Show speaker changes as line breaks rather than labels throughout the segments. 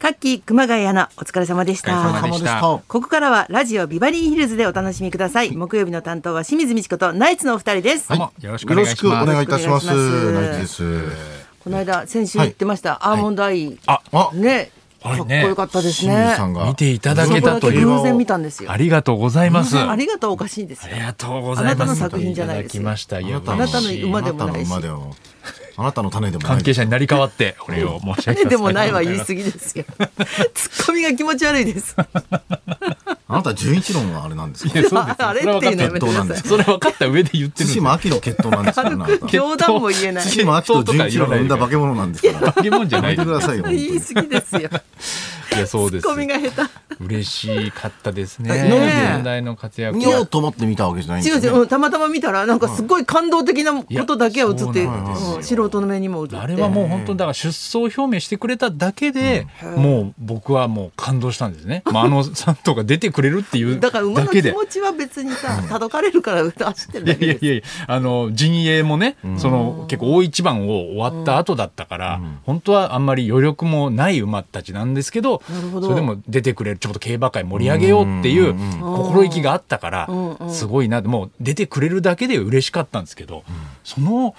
夏季熊谷アナお疲れ様でし
お疲れ様
た
でした
ここからはラジオビバリーヒルズでお楽しみください木曜日の担当は清水美智子とナイツのお二人です、
どうもよろしくお願いし
よろ
ま
しくお願いい
す。
たします。
お願いします
ナイツです。
この間先週言ってました、アーモンドアイ
あ
あ、
ねか
は
っ
い
こよかったです
清
ね
水さんが
見ていただ
そ
け
こ
た
だ
と
け
いう。
偶然見たんですよ
ありがとうございます。
あ
あり
りがとうおかしいですよ
がとうございま
あな
す。
たの作品じゃないですよ
ただきました。いや
あなたの
嬉しい
馬
あ
で
な
も
た
な
の
いし
馬でも、あなたの種でもない。
関係者になり変わって、これを申し上げ
種
ます。
でもないは言い過ぎですよツッコミが気持ち悪いです
あなた純一論はあれなんですか。
やそうですよ
あれっていうのやめてくだ
それは分かってるどうなんで
さい
す
それ分かった上で言ってるん
対
ですよ。
馬秋の血統なん ですからね。あなた対
冗談も言えない
血
馬秋と純一郎が生んだ化け物なんですから。
化け物じゃ
や
ない
め
で
て
す
くださいよ。本当
言い
に
過ぎですよ
いや、そうです
ツッ。コミが下
嬉しかったですね。
え
ねえ
現代の活躍。
見ようと思って見たわけじゃないん
手
で
違う
す
違
よ、ね。
うたまたま見たらなんかすごい感動的なことだけは映って、
いやそうなんですよ
うん素人の目にも映って
あれはもう本当にだから出走表明してくれただけで、もう僕はもう感動したんですね。まあ、あの3頭が出てくれるっていう
だから馬
だ
の
け
気
で。
持ちは別にさたどかれるから走ってる
いや
だけ
いや
で
いやいやあの陣営もね、その結構大一番を終わった後だったから、本当はあんまり余力もない馬たちなんですけど
なるほど
それでも出てくれるちょっと競馬界盛り上げようっていう心意気があったから、
んうん
すごいなもう出てくれるだけで嬉しかったんですけど、その、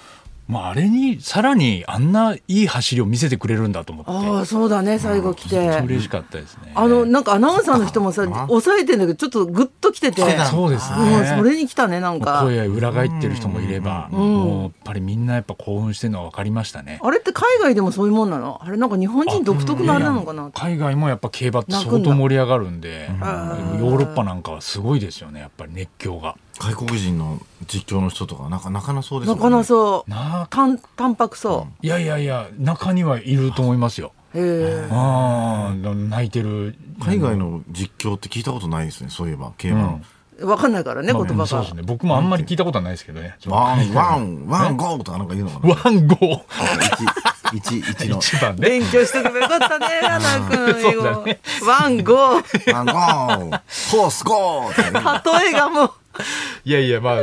まあ、あれにさらにあんないい走りを見せてくれるんだと思って。
ああそうだね最後来て、
嬉しかったですね。
あのなんかアナウンサーの人もさ抑えてんだけどちょっとグッと来てて
来てた
そうです
もう
ね。
それに来たねなん
もう
か
声裏返ってる人もいれば、もうやっぱりみんなやっぱ興奮してるのは分かりましたね。
あれって海外でもそういうもんなのあれなんか日本人独特のあれなのかな
海外もやっぱ競馬って相当盛り上がるんで、ヨーロッパなんかはすごいですよね。やっぱり熱狂が。
外国人の実況の人とか、なかなかなそうですよ
な
ね。
かなそう
なあ、
たん淡白そ
いやいやいや、中にはいると思いますよ。
うへえ
ああ、泣いてる。
海外の実況って聞いたことないですね。そういえば競馬の。
わかんないからね
ま
言
あ
葉
そうで
が
すね。僕もあんまり聞いたことはないですけど ね。
ワンワンワンゴーとかなんか言うのかな。
ワンゴー。
一一一の
一番ね。
勉強しておけばよか ったね、ラナ君。英語
そうだね
ワンゴー。
ワンゴーホースゴーとか言う
例えがもう、
いやいや、まあ、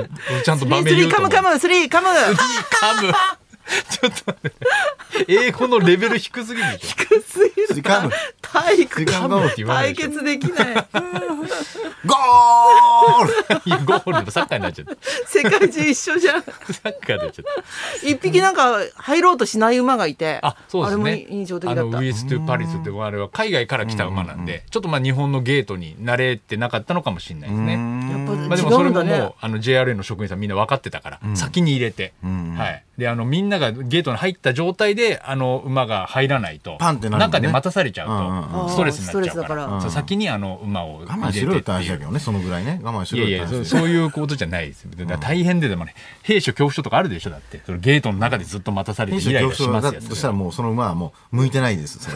ちゃん
ス
と
リ
場
ー、
面
ス
言
リ
う
ー、
と
カム
思う
カム、スリー、カム。
噛む。 ちょっと待って、英語のレベル低すぎるでしょ。
低すぎ
時
る
間
な。体育
時間
噛むって言わな
対
いでし
決
ょ。
できない。
ゴール
いやゴールでサッカーになっちゃった。
世界中一緒じゃん。
サッカーでちょっ
一匹なんか入ろうとしない馬がいて。
と。あ、そうですね。
あれも印象的だ
あ
っ
の
た
ウ。ィストゥパリスって我々は海外から来た馬なんで、ちょっとまあ日本のゲートに慣れてなかったのかもしれないですね。ま
やっ
あでも
ぱ違
そ
う
れ
んだ
もも
ね
う。あの JRA の職員さんみんな分かってたから先に入れて、はい。であのみんながゲートに入った状態であの馬が入らないと
パンってなるもんね
中で待たされちゃ
うん
うんう
うんとストレスになっち
あー
ゃう
ストレスだか
からら
う、
そう先にあの馬を
我慢
入
し
れ
ろ
てっ
よってて話
い
だ
う
け。どねそのぐらいね我慢し
い
ろ
やい
よっ
や
て
そ
話
そういうことじゃないですよだから大変ででもね兵所恐怖症とかあるでしょだってそのゲートの中でずっと待たされてイライラします
だ
よ
としたらもうその馬はもう向いてないで すそ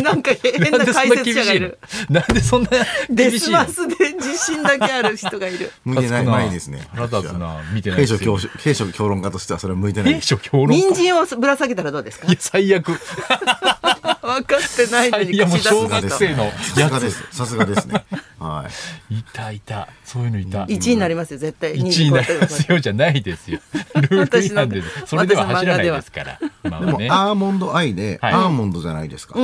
なんか変な解説者がいる。
なんでそんな
デ
厳し
ス
いの
マスで自信だけある人がいる。
向いてない
腹立つな
ないですね
腹立つな見てない
兵
です
所
よ
教兵所評論家としてはそれは向いてない
兵
です
所評論家
人参をぶら下げたらどうですか
いや最悪
分かってないのに
いやもう
口出す
小学生の
さ
や
すがで
つ
すさすがですねはい
いたいたそういうのいた
1位になりますよ絶対
一位になりま
よ
すよじゃないですよ ルール違反で
私の
それでは走らないですからまあ
でも
ね
アーモンドアイで
はい
アーモンドじゃないですか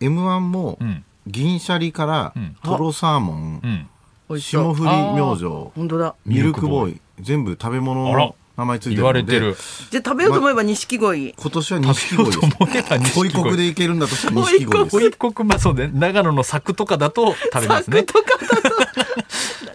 M1 も
ん
銀シャリからトロサーモ
う
ン
ん
美味しそ
霜
う
降り明星
本当だ
ミルクボーイ全部食べ物
あら
の名前ついてる
言われ
の
て
で
る
じゃあ食べようと思えば錦鯉
今年は錦鯉です
食べようと思えば
恋
錦鯉
国でいけるんだとしたら錦鯉です
ホイコクまあそうね長野の柵とかだと食べますね
柵とかだと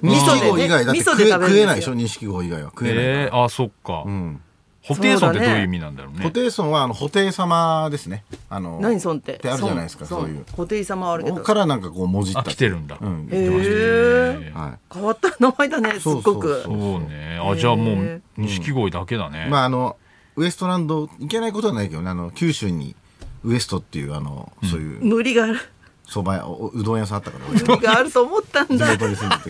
味
錦
噌
鯉
で
以外だっ
ね味
て食
噌
え
で食べ
食
る
え
ん
ない
で
ですしょ
よ
錦鯉以外は食えないから
えー、あそっか、
ん
ホテイソンってどういう意味なんだろうね
布袋村はあの布袋様ですね。あの
何損って
ってあるじゃないですかそういう。
固定様はあるけ
こ
ど
こからなんかこうもじった
あ来てるんだ、
うん
へ
言ってました
え
は
変わった名前だねすっ
そう
ご
そう
く
そ
そ
うねあじゃあもう錦鯉だけだね、
い。まああのウエストランド行けないことはないけどねあの九州にウエストっていうあのそういう
無理がある
蕎麦屋おうどん屋さんあったから俺
無理があると思ったんだ
地元に住んでて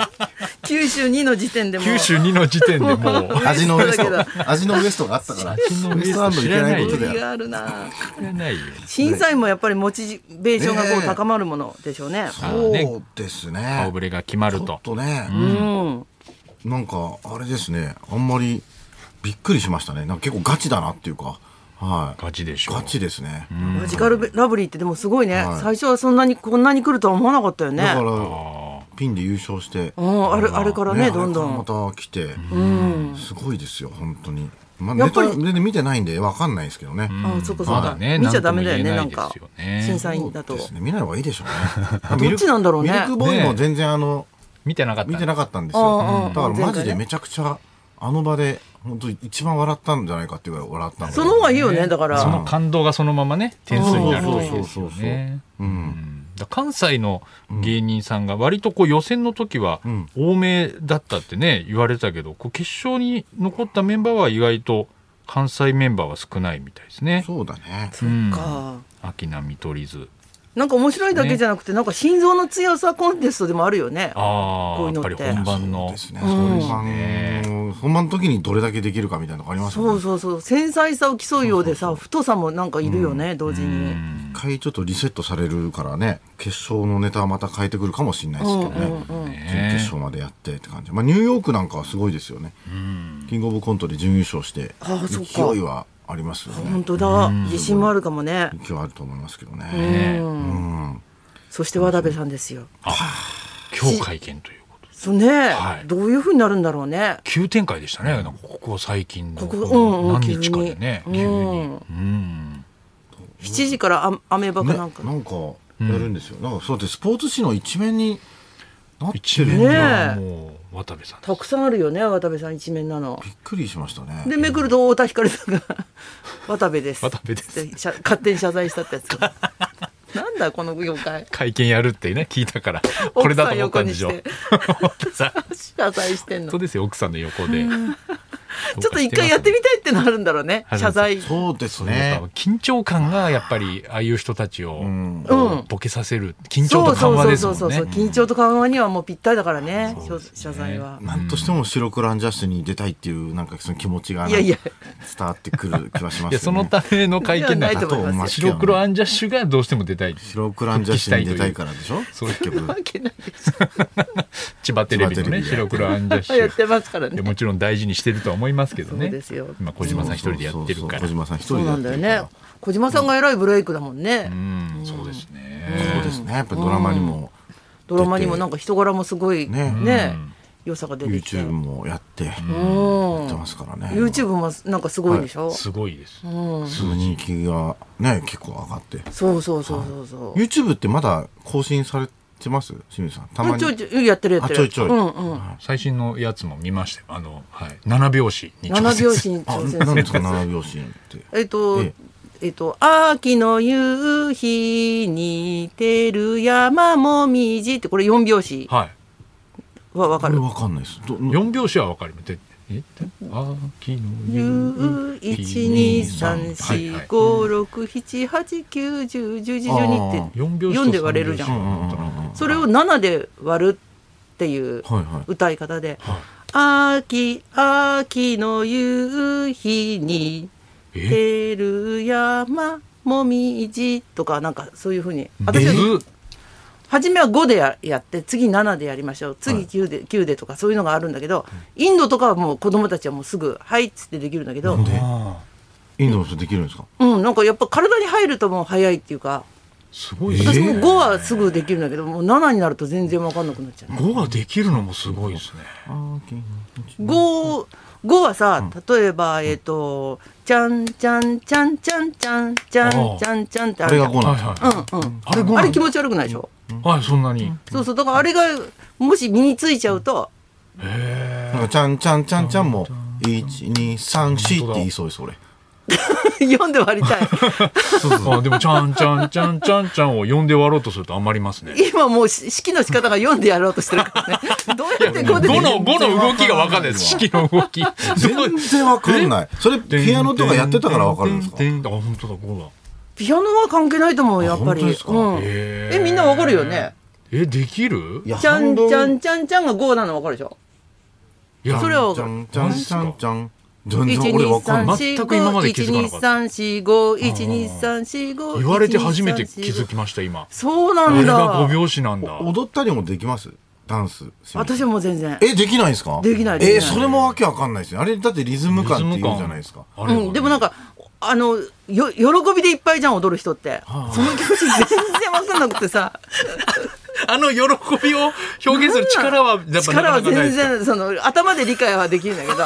九州2の時点でもう
九州2の時点でもう
味のウ
ウエ
エス
ストだ
ト味のウエストがあったからウ エ
味のウエスト
ストランド行けないこと
無
で
理があるな
知らないよ
審査員もやっぱりモチベーションがこう高まるものでしょうね
そうです
顔
ね
ぶ。れが決ま
ち
る
ょ
と
っとね、
うん
なんかあれですねあんまりびっくりしましたねなんか結構ガチだなっていうかはい。
勝ちでしょう。
ガチですね。
マジカルラブリーってでもすごいね、
はい
最初はそんなにこんなに来るとは思わなかったよね
だか
あ
ら、ピンで優勝して。
うんあれあれからねどんど
あれ
ん
からまた来て、すごいですよ、本当に。まあ、
や
ネ
っぱ
タ
り
全然見てないんで、わかんないですけどね。
あそっかそっ
ま
か、
だね
見ちゃダメだよねな
なん
ん
とも
か
言えないですよ
審
ね
査員だと、
そうですね、見ない方がいいでしょう ね。
どっちなんだろうね
ミルクミルクボーイも全然、あの、
見てなかった。
見てなかったんです
ああああ
よ。だから、マジ
前回ね
でめちゃくちゃ、あの場で、本当一番笑ったんじゃないかっていうぐらい笑ったんで。
その方がいいよねだから
その感動がそのままね点数になるといいです
そうそうそ
よ
うそう
ね。
う。
うんんだ関西の芸人さんが割とこう予選の時は
うん
多めだったってね言われたけどこう決勝に残ったメンバーは意外と関西メンバーは少ないみたいですね。
そうだね。
そっか
秋名見取り図
なんか面白いだけじゃなくて、なんか心臓の強さコンテストでもあるよね
ああ
こういう
やっ
のっ
ぱ
て
り本番の
そうですね。
うん
本番の、本番の時にどれだけできるかみたいなのがありますよね。
そうそうそう繊細さを競うようでさ太さもなんかいるよね、同時に、
一回ちょっとリセットされるからね決勝のネタはまた変えてくるかもしれないですけどね、準決勝までやってって感じ、まあ、ニューヨークなんかはすごいですよね、キングオブコントで準優勝して
ああそっか
勢いはありますよね
本当だ自信もあるかもね
勢いはあると思いますけどね、
ね
そして渡部さんですよ
今日会見ということで
そうね、
はい
どういうふうになるんだろうね
急展開でしたねなんかここ最近の
ここうんうん
何日かでね
急
急
に
に
うん
うん
7時からあアメバ
ね
か
な
なん
ん
か、
かやるんですよ、なんかそうやってスポーツ紙の一面になって
一
る
面
ね
がもう渡部さんです
たくさんあるよね渡部さん一面なの
びっくりしましたね
でめくると太田光さん が渡部です
渡部です
ってしゃ勝手に謝罪したってやつ なんだこの業界
会見やるってね聞いたからこれだと思ったんでしょ
奥
奥さん
謝罪してんのち
そう
ょ
ですよ奥さんの横で
っと一回やってみたいってのあるんだろうね
あるんです
謝罪
そうです
なん
ね
か緊張感がやっぱりああいう人たちを
ん
こうボケさせる緊張と緩和ですも
そ
ん
うそうそうそう
ね
緊張と緩和にはもうぴったりだからね
そうですね
謝罪は
なんとしても白黒アンジャッシュに出たいっていうなんかその気持ちがなんか
いやいや
伝わってくる気はしますよね
いやそのための会見
ではな
だ
い
と
と思いますよ
白黒
アン
アンジャッシュがどうしても出たい
白黒アンジャッシュに出たいからでしょ
そう
結局
わ けないでし
千葉テレビの
千葉テレ
ね
ビ
白黒アンジャッシ
ょ やって
ュ
ますから
いや
ね
もちろん大事にしてるとは思いますけど
そう
ね
ですよ
今小島さん一人でやってるから
そうそうそう小島さん一
そうな
人
ん
で
だ
やっ
よ
てるから
ね小島さんが偉いブレイクだもんね、
うんそうです
そ
ね
うですねやっぱドラマにも
ドラマにもなんか人柄もすごいね
ね
良さが出てきて
YouTube もやってやってますからね
YouTube もなんかすごいでしょ、
すごいです
すぐ人気がね結構上がって
そうそうそうそうそう、
YouTube ってまだ更新されてます清水さんたま
うん
に
ちょいちょいやってるやってる
あちょいちょい
うんうん
最新のやつも見ましたよあの、はい、7拍子に挑
七拍子
戦
に
あ
挑戦
なんですすか7拍子って
えっと、え
え
っと、秋の夕日に照る山もみじってこれ四拍子
はい
はわか
これ
る。
わかんないですど
4拍子は分かりますええ秋の
十一二三四五六七八九十十一十二って
あ
4拍子と
四で割れるじゃ
三
ん。
拍子だったら
それを七で割るっていう
はいはい
歌い方で、
はい
秋秋の夕日に照
え
る山もみじとかなんかそういうふうに
む
私は
ず
初めは5でややって次7でやりましょう次9で,、9でとかそういうのがあるんだけどインドとかはもう子供たちはもうすぐ「はい」っつってできるんだけど
あー
インドの人できるんですか
うんなんかやっぱ体に入るともう早いっていうか
すごい
私も
ね
5はすぐできるんだけどもう7になると全然分かんなくなっちゃう。
5ができるのもすごいですね
五五はさ、例えば、えっ、と、ちゃんちゃんちゃんちゃんちゃんちゃんちゃんちゃんって
あ
あ
れ
るじ
が
ゃん。
5なん
はい
ですか
は
うんうん。
あれ五なの
あれ気持ち悪くないでしょ。
いはいそんなに
そうそう、だからあれが、もし身についちゃうと、
なんかちゃんちゃんちゃんちゃんも一二三四って言いそうです俺
読んで割りたい。
あでもちゃんちゃんちゃんちゃんちゃんを呼んで割ろうとすると余りますね
今もうし式の仕方が読んでやろうとしてるからね。どうやってこうで
5の五の動きが分かんないです式の動き
全然わかんない。それ、 ピアノとかやってたからわかるんですか
てんてんてんあ、本当だ、5だ。
ピアノは関係ないと思う、やっぱり。
あ本当ですか
うん
へ
え、みんなわかるよね。。
え、できる
いや
ちゃんちゃん
ち
ちゃんちゃんが5なのわかるでしょ。
いや
それはわ
ゃ
かる。
んちゃんちゃんちゃん。全
一
然俺わ
二
か
三
んな
四
い。
全く今ま
五
で気づ
一
かな
二
かった
三四五一二三四五。
言われて初めて気づ
く。
きました、今。
そうな
あれ
ん
が5
だ。
拍子なんだ。
踊ったりもできますダンス。
私はもう全然。
え、できないですか
できないできない
え、それもわけわかんないですね。あれ、だってリズム感って言うじゃないですか。
リズム感。あれ
うん、でもなんかあのよ喜びでいっぱいじゃん踊る人って、その気持ち全然分かんなくてさ
あの喜びを表現する 力は、やっぱな
力
か
は
なかないで
全
すか
然その頭で理解はできる んだけど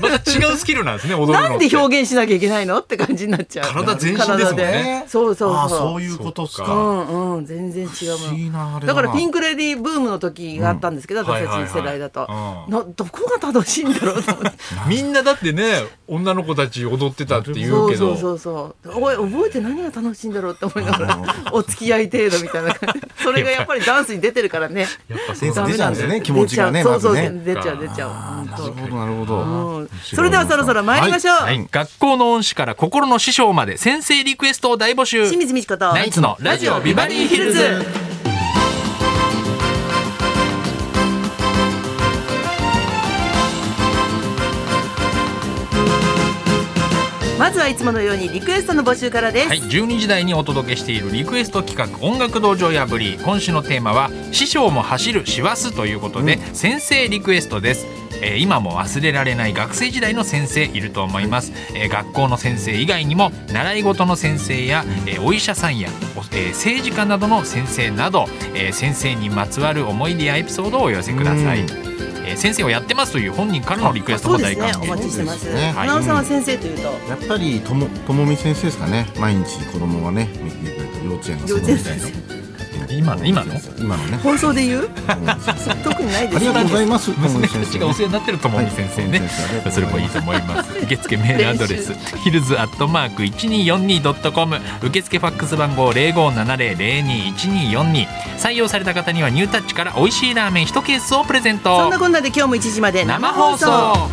また違うスキルなんですね、踊るのって。
なんで表現しなきゃいけないのって感じになっちゃう
体全身ですもんね
体そうそうそう
ああそういうことっす
そ
か。
うんうん全然違う
不思議なあ
も
れ
のだ
だな
からピンクレディーブームの時があったんですけど、
ん
私たち世代だと、
はいはいはいうん
などこが正しいんだろうと 思って。
みんなだってね、女の子たち踊ってたって言
そうう
け
そう
ど、
そうそうおい覚えて何が楽しいんだろうって思いながらお付き合い程度みたいな感じそれがやっぱりダンスに出てるからね
やっぱ
出
そう
ちゃ
だ
うん
ね
で。す
出ち
ね
ゃう
気持ちがね
そうそう
ま
そ
ず
う
ね
出ちゃう出ちゃう
な
本
るほどなるほ
当
ど。
うんそれではそろそろ参りましょう、
はい学校の恩師から心の師匠まで先生リクエストを大募集。
清水美智子と
ナイツのラジオビバリーヒルズ。
まずはいつものようにリクエストの募集からです、
はい、12時台にお届けしているリクエスト企画「音楽道場破り」今週のテーマは「師匠も走る師走」ということで、先生リクエストです。えー今も忘れられない学生時代の先生いると思います、えー学校の先生以外にも習い事の先生や、えーお医者さんや、おえー政治家などの先生など、えー先生にまつわる思い出やエピソードをお寄せください、
うん
えー先生をやってますという本人からのリクエスト
そう
も
で
大
すね
歓迎
お待ちしてます
ね
はい
花尾さんは先生というと、
やっぱりともともみ先生ですかね毎日子供はね見てくれて幼稚園のその時代の
幼稚
今の今の
今のね
放送で言う
ともみ先生
特にないです
ありがとうございますともみ
娘
先
たち
生
がお世話になってるともみ先生ね、
はい
それもいいと思います受付メールアドレスヒルズアットマーク 1242.com 受付ファックス番号0570021242採用された方にはニュータッチから美味しいラーメン1ケースをプレゼント
そんなこんなで今日も1時まで
生放送